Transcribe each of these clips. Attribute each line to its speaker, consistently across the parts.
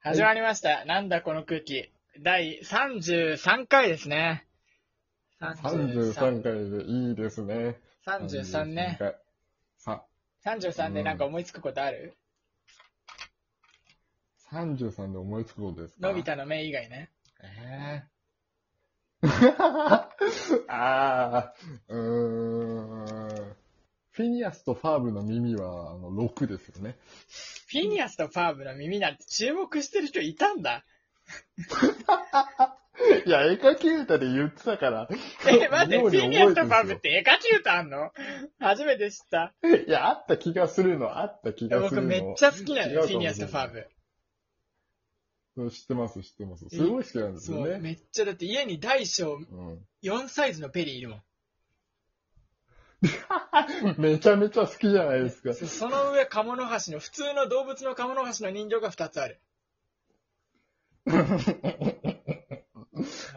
Speaker 1: 始まりました。なんだこの空気。第33回ですね。
Speaker 2: 33回でいいですね。
Speaker 1: 33ね。
Speaker 2: 回。さ、
Speaker 1: 33で
Speaker 2: うん
Speaker 1: なんか思いつくことある、
Speaker 2: 33で思いつくことですか
Speaker 1: のび。太の目以外ね。
Speaker 2: えー、 あー、うーん。フィニアスとファーブの耳は、あの、6ですよね。
Speaker 1: フィニアスとファーブの耳なんて注目してる人いたん だ。
Speaker 2: いや、絵描き歌で言ってたから。
Speaker 1: え、待って、フ
Speaker 2: 妙に
Speaker 1: ィニアスとファー
Speaker 2: 覚
Speaker 1: ブ
Speaker 2: え
Speaker 1: ってて絵描き歌あんの初めて知った。
Speaker 2: るんですよいや、あった気がするの、あった気がす
Speaker 1: 僕
Speaker 2: るの。
Speaker 1: めっちゃ好きなの
Speaker 2: 違うか
Speaker 1: よ、
Speaker 2: も
Speaker 1: フ
Speaker 2: し
Speaker 1: ィ
Speaker 2: れない
Speaker 1: ニアスとファーブ。
Speaker 2: うん知ってます、知ってます。すごい好きなんです
Speaker 1: も
Speaker 2: よ
Speaker 1: う
Speaker 2: ね。
Speaker 1: めっちゃ、だって家に大小
Speaker 2: うん
Speaker 1: 4サイズのペリーいるもん。
Speaker 2: めちゃめちゃ好きじゃないで すか。
Speaker 1: そその上、カモノハシの、普通の動物のカモノハシの人形が2つある。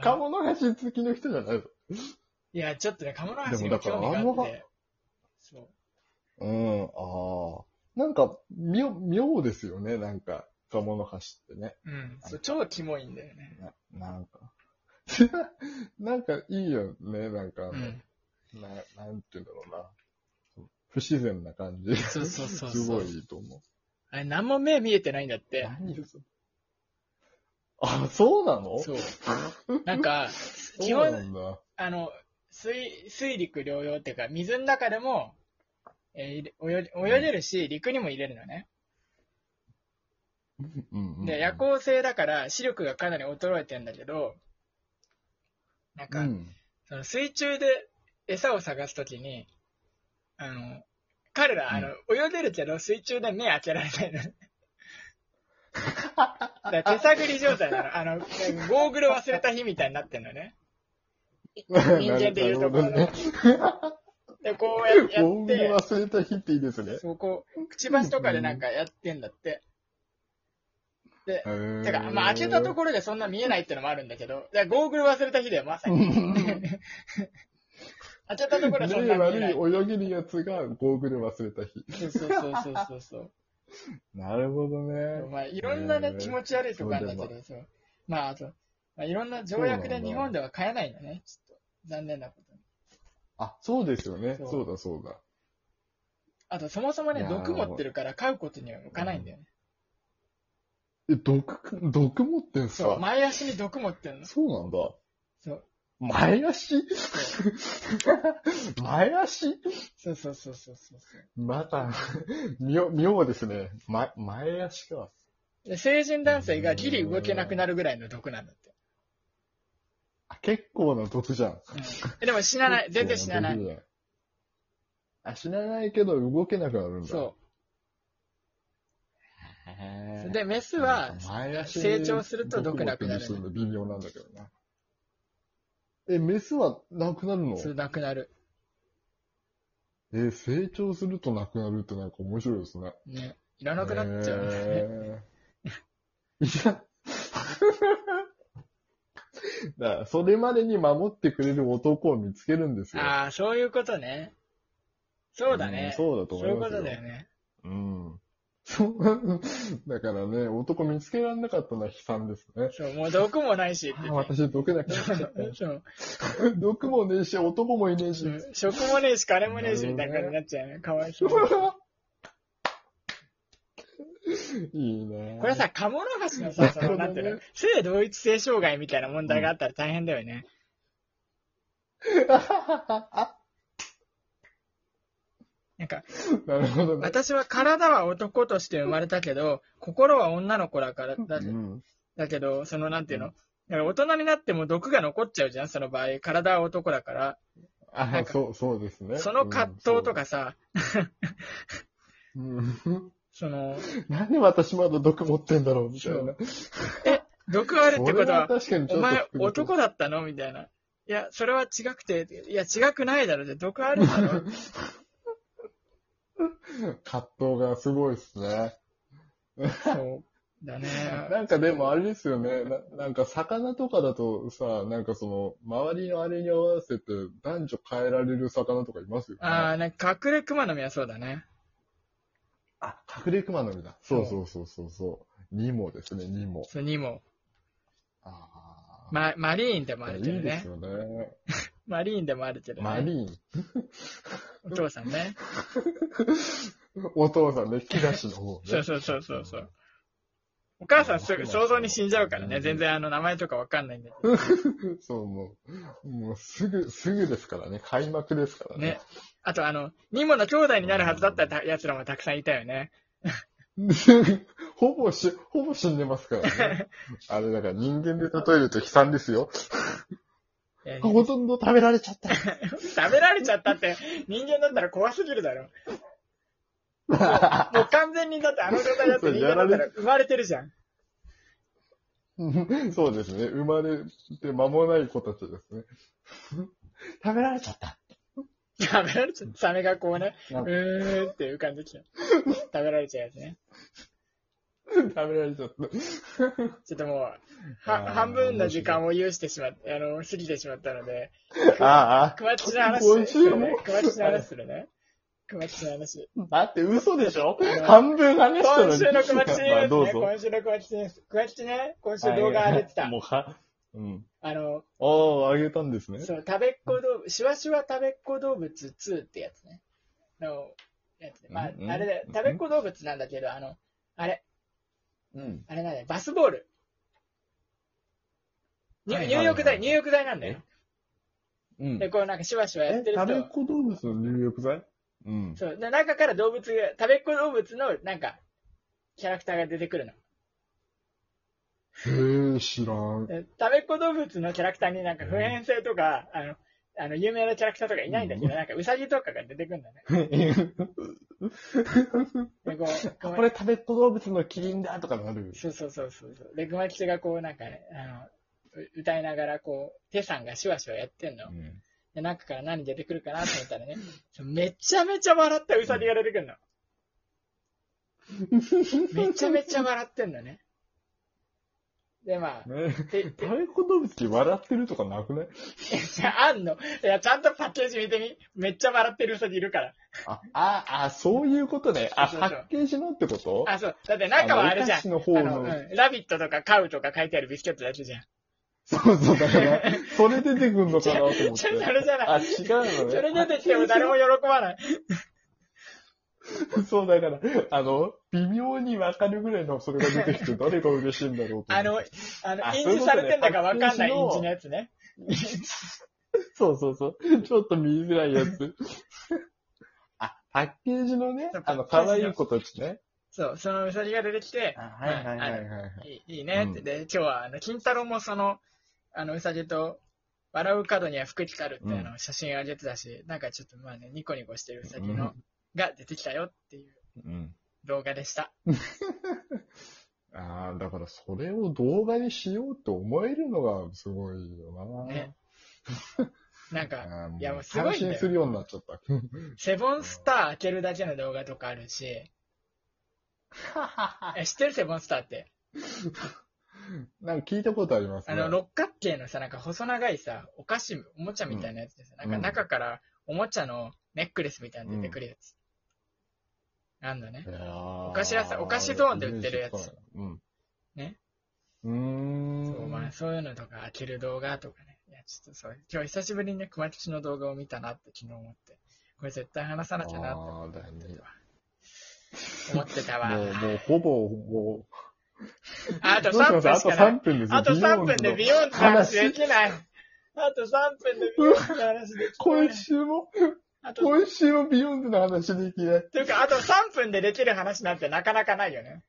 Speaker 2: カモノハシ好きの人じゃないぞ。
Speaker 1: いや、ちょっとね、カモノハシに
Speaker 2: で
Speaker 1: も
Speaker 2: もだから
Speaker 1: 興味があ
Speaker 2: あんま
Speaker 1: って。そう。
Speaker 2: うん、ああ。なんか、妙、妙ですよね、なんか、カモノハシってね。
Speaker 1: うん。そう、超キモいんだよね。
Speaker 2: な、なんか。 なんかいいよね、なんかあの、
Speaker 1: うん。
Speaker 2: な、なんていうんだろうな。不自然な感じ。
Speaker 1: そうそうそうそう
Speaker 2: すごいいいと思う。
Speaker 1: あれ、何も目見えてないんだって。
Speaker 2: 何それあ、そうなの。
Speaker 1: そうう。なんか、基
Speaker 2: そうな
Speaker 1: 本、
Speaker 2: んだ。
Speaker 1: あの、水、水陸両用っていうか、水の中でも、えー泳げ泳げるし、陸にも入れるのね。
Speaker 2: うん、うん。
Speaker 1: で、夜行性だから、視力がかなり衰えてんだけど、なん
Speaker 2: う
Speaker 1: か、
Speaker 2: ん。
Speaker 1: その水中で餌を探すときに、あの、彼ら、あの、泳いでるけど水中で目開けられない の。だから手探り状態なの。あの、ゴーグル忘れた日みたいになってんのね。人間で言うところの
Speaker 2: なる
Speaker 1: で、こうやってや
Speaker 2: ほどね。大
Speaker 1: っ
Speaker 2: 忘れた日っていいですね
Speaker 1: て、。そこう、くちばしとかでなんかやってんだって。で、
Speaker 2: て
Speaker 1: てか、まあ、開けたところでそんな見えないってのもあるんだけど、だからゴーグル忘れた日だよ、まさに。 開けたところでそん
Speaker 2: 目
Speaker 1: な見えな
Speaker 2: 悪
Speaker 1: い。
Speaker 2: い泳げるやつがゴーグル忘れた日。
Speaker 1: そうそうそうそうそうそう。
Speaker 2: なるほどね
Speaker 1: まあ、いろんなね
Speaker 2: え、ー
Speaker 1: 気持ち悪いとこあるんだ
Speaker 2: そう
Speaker 1: け
Speaker 2: だ
Speaker 1: ど、そう。まあ、あと、まあ、いろんな条約で
Speaker 2: そうなんだ
Speaker 1: 日本では買えないんだね。ちょっと、残念なことに。
Speaker 2: あ、そうですよね。
Speaker 1: そう
Speaker 2: そうだそうだ。
Speaker 1: あと、そもそもね
Speaker 2: い、やー
Speaker 1: 毒持ってるから飼うことには向かないんだよね。
Speaker 2: え、毒、毒持ってんす
Speaker 1: そう、
Speaker 2: か
Speaker 1: 前足に毒持ってるの。
Speaker 2: そうなんだ。
Speaker 1: そう。
Speaker 2: 前足 前足
Speaker 1: そうそうそうそうそうそう
Speaker 2: また、妙、妙ですね。ま、前足か。
Speaker 1: で。成人男性がギリ動けなくなるぐらいの毒なんだって。
Speaker 2: あ結構な毒じゃん。
Speaker 1: うんえ、でも死なない。全然死なな
Speaker 2: 結
Speaker 1: い。
Speaker 2: 構毒じゃん。あ、死なないけど動けなくなるんだ。
Speaker 1: そう
Speaker 2: へ
Speaker 1: う。
Speaker 2: ー
Speaker 1: で、メスは、
Speaker 2: 前足
Speaker 1: 成長すると毒なくなる
Speaker 2: 毒持ってる人の微妙なんだけどな。え、メスはなくなるの
Speaker 1: そうなくなる。
Speaker 2: えー成長するとなくなるってなんか面白いですね。
Speaker 1: ね。いらなくなっちゃうね。
Speaker 2: へーいや。 だから、それまでに守ってくれる男を見つけるんですよ。
Speaker 1: ああ、そういうことね。そうだ
Speaker 2: ん
Speaker 1: ね。
Speaker 2: そうだと
Speaker 1: そうい
Speaker 2: 思いうま
Speaker 1: こ
Speaker 2: すよ。
Speaker 1: とだよね。
Speaker 2: うん。そう、 だからね、男見つけられなかったのは悲惨ですね。
Speaker 1: そう、もう毒もないしって
Speaker 2: あー
Speaker 1: 言って。
Speaker 2: 私、毒なくなっちゃった。
Speaker 1: そう
Speaker 2: 毒もねえし、男もいねえし。
Speaker 1: 食もねえし、金もねえし、みたいな感じになっちゃうね。かわいそう。
Speaker 2: いいね。
Speaker 1: これさ、カモノハシのさ、その、なんていうの、性同一性障害みたいな問題があったら大変だよね。なんか、
Speaker 2: なるほどね。
Speaker 1: 私は体は男として生まれたけど、心は女の子だから、だ
Speaker 2: うん
Speaker 1: だけど、その、なんていう
Speaker 2: う
Speaker 1: の、だから大人になっても毒が残っちゃうじゃん、その場合。体は男だから。な
Speaker 2: あ
Speaker 1: ん、か
Speaker 2: そう、そうですね。
Speaker 1: その葛藤とかさ、
Speaker 2: うん。そううん
Speaker 1: その、
Speaker 2: なんで私まだ毒持ってんだろうみたいな。
Speaker 1: 毒あるってことは、
Speaker 2: 確かにち
Speaker 1: お
Speaker 2: ょっと
Speaker 1: 前
Speaker 2: 複雑
Speaker 1: 男だったのみたいな。いや、それは違くて、いや、違くないだろ、毒あるだろ。
Speaker 2: 葛藤がすごいですね。
Speaker 1: そうだね。
Speaker 2: なんかでもあれですよねな。なんか魚とかだとさ、なんかその、周りのあれに合わせて男女変えられる魚とかいますよね。
Speaker 1: ああ、なんか隠れ熊の実はそうだね。
Speaker 2: あ、隠れ熊の実だ。そうそうそうそうそう。ニモですね、ニモ。
Speaker 1: そのにも、
Speaker 2: あー
Speaker 1: ま、マリーンでもあるけど
Speaker 2: いいで
Speaker 1: ね
Speaker 2: す。よね。
Speaker 1: マリーンでもあるけど
Speaker 2: マ
Speaker 1: ね。
Speaker 2: リーン。
Speaker 1: お父さんね。
Speaker 2: お父さんね、東の方ね。
Speaker 1: そうそうそうそうそう。お母さんすぐ想像に死んじゃうから
Speaker 2: う
Speaker 1: ね。
Speaker 2: ん
Speaker 1: 全然あの名前とかわかんないんだけど。
Speaker 2: そう、もう、もうすぐ、すぐですからね、開幕ですからね。
Speaker 1: あとあの、ニモの兄弟になるはずだったた奴らもたくさんいたよね。
Speaker 2: ほぼし、ほぼ死んでますから ね。あれ、だから人間で例えると悲惨ですよ。
Speaker 1: えー
Speaker 2: ほとんど食べられちゃった。
Speaker 1: 食べられちゃったって、人間だったら怖すぎるだろ。もう完全にだってあの状態だって人間だったら生まれてるじゃん。
Speaker 2: そうですね。生まれて間もない子たちですね。 食べられちゃった。
Speaker 1: 食べられちゃう。サメがこうね、う
Speaker 2: なんか
Speaker 1: ーんって浮かんできた。食べられちゃうやつね。
Speaker 2: 食べられちゃった。
Speaker 1: ちょっともう、
Speaker 2: あー
Speaker 1: は半分の時間を有してしまっあの、過ぎてしまったので、
Speaker 2: あ
Speaker 1: クマチの話
Speaker 2: 今
Speaker 1: す
Speaker 2: 週
Speaker 1: る
Speaker 2: も
Speaker 1: ね。クマチの話するね。クマチの話。
Speaker 2: あ。だって嘘でしょ
Speaker 1: うん
Speaker 2: 半分話したのに。
Speaker 1: 今週のクマチ
Speaker 2: まあ
Speaker 1: ね。
Speaker 2: どうぞ。
Speaker 1: 今週のクマチです。クマチね、今週動画上げてた
Speaker 2: も。うは、うん。
Speaker 1: あの、
Speaker 2: ああ、あげたんですね。
Speaker 1: そう、食べっ子動物、シュワシュワ食べっ子動物2ってやつね。の、やつで。まあ
Speaker 2: うんう、ん
Speaker 1: あれで、食べっ子動物なんだけど、あの、あれ、
Speaker 2: うん。
Speaker 1: あれなんだよ、バスボール。入
Speaker 2: はいはい
Speaker 1: 入
Speaker 2: はい
Speaker 1: 浴剤、入浴剤なんだよ。
Speaker 2: うん
Speaker 1: で、こうなんかシュワシュワや
Speaker 2: え
Speaker 1: ってる
Speaker 2: 食べっ
Speaker 1: と、
Speaker 2: 子動物の入浴剤うん。
Speaker 1: そう、で中から動物が、食べっ子動物のなんか、キャラクターが出てくるの。
Speaker 2: へえ、知ら ん。
Speaker 1: で食べっ子動物のキャラクターになんか普遍性とか、あの、あの、有名なキャラクターとかいないんだけど、なんかウサギとかが出てくるんだね。で、こ う、こう
Speaker 2: これ食べっ子動物のキリンだとかなる。
Speaker 1: そうそうそうそうそう。で、熊吉がこう、なんか、あの、う歌いながら、こう、手さんがシュワシュワやってんの。で、中から何出てくるかなと思ったらね、そうめちゃめちゃ笑ったウサギが出てくるの。めちゃめちゃ笑ってんのね。で、まあ、
Speaker 2: ね
Speaker 1: て、て、
Speaker 2: 食べっ子動物って笑ってるとかなくない
Speaker 1: じゃあ、あんの。いや、ちゃんとパッケージ見てみ。めっちゃ笑ってるウサギいるから。
Speaker 2: あ、あ、あ、そういうことね。あ、
Speaker 1: そうそう
Speaker 2: パッケージのってこと
Speaker 1: あ、そう。だって中はあれじゃん。
Speaker 2: のお菓子
Speaker 1: あ
Speaker 2: の
Speaker 1: の、
Speaker 2: 方
Speaker 1: う
Speaker 2: の。
Speaker 1: ん、ラビットとかカウとか書いてあるビスケットだけじゃん。
Speaker 2: そうそう、だ から、それ出てくんのかなと思っ
Speaker 1: ち
Speaker 2: て。
Speaker 1: ょそれじゃない
Speaker 2: あ、違うのね。
Speaker 1: それ出てきても誰も喜ばない。
Speaker 2: そう、だから、あの、微妙にわかるぐらいのそれが出てきて、誰が嬉しいんだろうと思って
Speaker 1: あの、あの、
Speaker 2: あ
Speaker 1: 印
Speaker 2: そういう
Speaker 1: 字
Speaker 2: ことね
Speaker 1: されてんだかわかんない
Speaker 2: パッケージの
Speaker 1: 印字のやつね。
Speaker 2: そうそうそう。ちょっと見づらいやつ。あ、パッケージのね
Speaker 1: そう、
Speaker 2: あの、可愛い子たちね。
Speaker 1: そう、そのウサギが出てきて、
Speaker 2: あ
Speaker 1: はいはいはい
Speaker 2: はい。
Speaker 1: いいいいねって、
Speaker 2: うん
Speaker 1: で、今日は、あの、金太郎もその、あの、ウサギと、笑う角には福来たるって、あ
Speaker 2: う
Speaker 1: の、写真あげてたし、なんかちょっとまあね、ニコニコしてるウサギ
Speaker 2: う
Speaker 1: の
Speaker 2: ん、
Speaker 1: が出てきたよっていう
Speaker 2: うん。
Speaker 1: 動画でした。
Speaker 2: ああ、だからそれを動画にしようって思えるのがすごいよな。
Speaker 1: ねなんか、
Speaker 2: あーもう
Speaker 1: いやもうすごいんだよ
Speaker 2: 感心するようになっちゃった。
Speaker 1: セボンスター開けるだけの動画とかあるし、え、知ってるセボンスターって。
Speaker 2: なんか聞いたことあります
Speaker 1: あ
Speaker 2: ね。
Speaker 1: の、六角形のさ、なんか細長いさ、お菓子、おもちゃみたいなやつでさ、
Speaker 2: うん
Speaker 1: なんか中からおもちゃのネックレスみたいなの出てくるやつ。なんだね。
Speaker 2: お
Speaker 1: お菓子屋さんお菓子ゾーンで売ってるやつ。
Speaker 2: うん。
Speaker 1: ね。
Speaker 2: うーん。
Speaker 1: そう、まあ、そういうのとか、開ける動画とかね。いや、ちょっとそう、今日久しぶりにね、熊吉の動画を見たなって昨日思って。これ絶対話さなきゃなって思ってたわ
Speaker 2: あーだね
Speaker 1: 思ってたわ。
Speaker 2: もう、もうほぼ、もう。
Speaker 1: ああと
Speaker 2: どうし
Speaker 1: 3
Speaker 2: ます
Speaker 1: 分
Speaker 2: あ
Speaker 1: し
Speaker 2: と
Speaker 1: かない。
Speaker 2: 3分ですよ
Speaker 1: あと3分でビヨンズの話できない。あと3分でビヨンズの話できない
Speaker 2: 今。週も、
Speaker 1: あと
Speaker 2: 今週もビヨンズの話できない。
Speaker 1: というか、あと3分でできる話なんてなかなかないよね。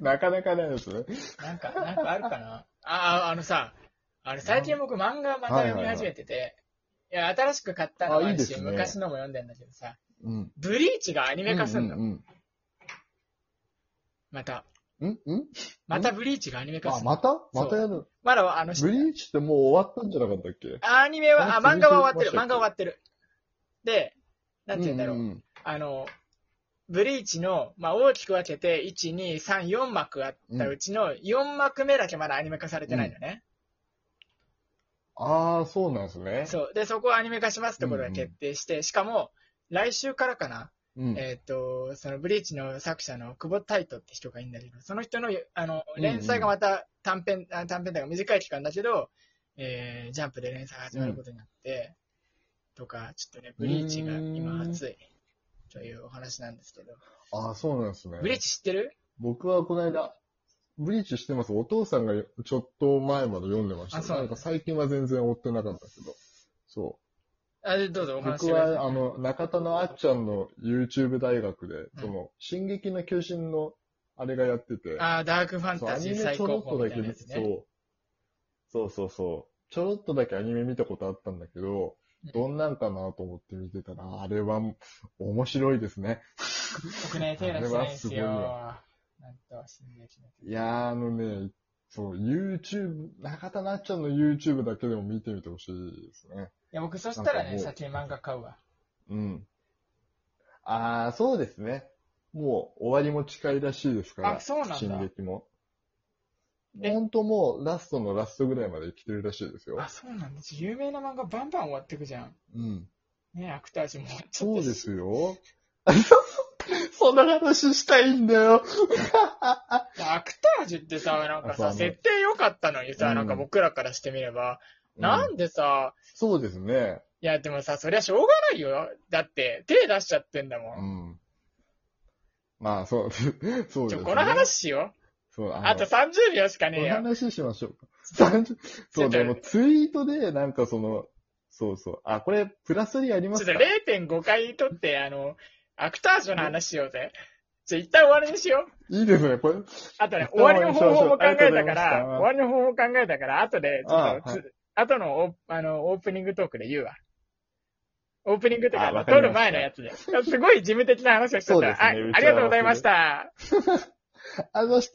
Speaker 2: なかなかないですね。
Speaker 1: なんか、なんかあるかな。あ、ああのさ、あれ最近僕漫画また読み始めてて、いや、新しく買ったのもある
Speaker 2: あいい
Speaker 1: し、
Speaker 2: ですね
Speaker 1: 昔のも読んでんだけどさ、
Speaker 2: うん。
Speaker 1: ブリーチがアニメ化すんの。
Speaker 2: うんうん
Speaker 1: また、
Speaker 2: うん。うんうん
Speaker 1: またブリーチがアニメ化す
Speaker 2: あ、
Speaker 1: るの。
Speaker 2: またまたやる。
Speaker 1: まだあの、
Speaker 2: ブリーチってもう終わったんじゃなかったっけ
Speaker 1: アニメは、あ、
Speaker 2: あれ
Speaker 1: 漫画は終わってる。
Speaker 2: 続いてましたっけ
Speaker 1: 漫画は終わってる。で、なんて言うんだろう。
Speaker 2: うん
Speaker 1: あの、ブリーチの、まあ、大きく分けて、1、2、3、4幕あったうちの4幕目だけまだアニメ化されてないのね。
Speaker 2: ああ、そうなんですね。
Speaker 1: そう。で、そこをアニメ化しますってことが決定して、しかも、来週からかな、
Speaker 2: うん。
Speaker 1: えっ、と、そのブリーチの作者の久保タイトって人がいるんだけど、その人の、あの、
Speaker 2: うんうん
Speaker 1: 連載がまた短編、あ短編だから短い期間だけど、えージャンプで連載が始まることになって、とか、ちょっとね、ブリーチが今熱いというお話なんですけど、
Speaker 2: ああ、そうなんですね。
Speaker 1: ブリーチ知ってる
Speaker 2: 僕はこの間、ブリーチしてます。お父さんがちょっと前まで読んでました。
Speaker 1: あそう
Speaker 2: なんか最近は全然追ってなかったけど。そ
Speaker 1: あ、でどうぞ
Speaker 2: う。
Speaker 1: お話してく
Speaker 2: 僕
Speaker 1: ださい。
Speaker 2: は、あの、中田のあっちゃんの YouTube 大学で、
Speaker 1: ん
Speaker 2: その、進撃の巨人の、あれがやってて、
Speaker 1: あーダークファン
Speaker 2: そうア
Speaker 1: タジ
Speaker 2: ニ
Speaker 1: ー
Speaker 2: メ
Speaker 1: 最
Speaker 2: ちょ
Speaker 1: 高
Speaker 2: ろっと
Speaker 1: 峰みたいなや
Speaker 2: だけ見て
Speaker 1: つ
Speaker 2: そう
Speaker 1: ね。
Speaker 2: そうそうそう。ちょろっとだけアニメ見たことあったんだけど
Speaker 1: うん、
Speaker 2: どんなんかなと思って見てたら、あれは面白いですね。
Speaker 1: 僕ね、手出してないんですよ
Speaker 2: あれ。
Speaker 1: なんと、進撃の巨人
Speaker 2: いやー、あのね、そう、YouTube、中田なっちゃんの YouTube だけでも見てみてほしいですね。
Speaker 1: いや、僕そしたら
Speaker 2: なんかも
Speaker 1: ね、
Speaker 2: う
Speaker 1: 先に漫画買うわ。
Speaker 2: うん。あー、そうですね。もう終わりも近いらしいですから。
Speaker 1: あそうなんだ
Speaker 2: 進撃も。
Speaker 1: え
Speaker 2: ほんともうラストのラストぐらいまで来てるらしいですよ
Speaker 1: あ、。そうなんです。有名な漫画バンバン終わってくじゃん。
Speaker 2: うん。
Speaker 1: ね、芥味も終わっちゃっ
Speaker 2: そう
Speaker 1: て
Speaker 2: で
Speaker 1: るし
Speaker 2: すよ。その話したいんだよ。
Speaker 1: アクタージュってさ、なんか
Speaker 2: あそう
Speaker 1: さ、
Speaker 2: あの
Speaker 1: 設定良かったのにさ、
Speaker 2: うん
Speaker 1: なんか僕らからしてみれば、な
Speaker 2: うん
Speaker 1: んでさ、
Speaker 2: そうですね。
Speaker 1: いや、でもさ、そりゃしょうがないよ。だって、手出しちゃってんだも。
Speaker 2: うんん。まあ、そう、 そうですね。
Speaker 1: ちょ、この話しよ
Speaker 2: そう、
Speaker 1: う。
Speaker 2: あの
Speaker 1: あと30秒しかねえ
Speaker 2: お
Speaker 1: よ。
Speaker 2: 話ししましょうか。30そ
Speaker 1: ちょ
Speaker 2: う、 で
Speaker 1: っ
Speaker 2: も
Speaker 1: と
Speaker 2: ツイートで、なんかその、そうそう。あ、これ、プラスにありま
Speaker 1: ちょ
Speaker 2: す
Speaker 1: っと
Speaker 2: か
Speaker 1: 0.5回取って、あの、アクタージュの話しようぜ。ちょ、一旦終わりにしよう。
Speaker 2: いいですね、これ。
Speaker 1: あとね、 終わりの方法も考え
Speaker 2: あ
Speaker 1: た
Speaker 2: りがとうござ
Speaker 1: か
Speaker 2: いました
Speaker 1: ら、終わりの方法も考えたから、後で、ちょっと
Speaker 2: あは
Speaker 1: つ、後のオーあのオープニングトークで言うわ。オープニングという
Speaker 2: あわ
Speaker 1: か、
Speaker 2: かり
Speaker 1: 撮る
Speaker 2: ました
Speaker 1: 前のやつで。すごい事務的な話をしてた。
Speaker 2: そうですね
Speaker 1: はい、
Speaker 2: うちは
Speaker 1: ありがとうございました。
Speaker 2: あの、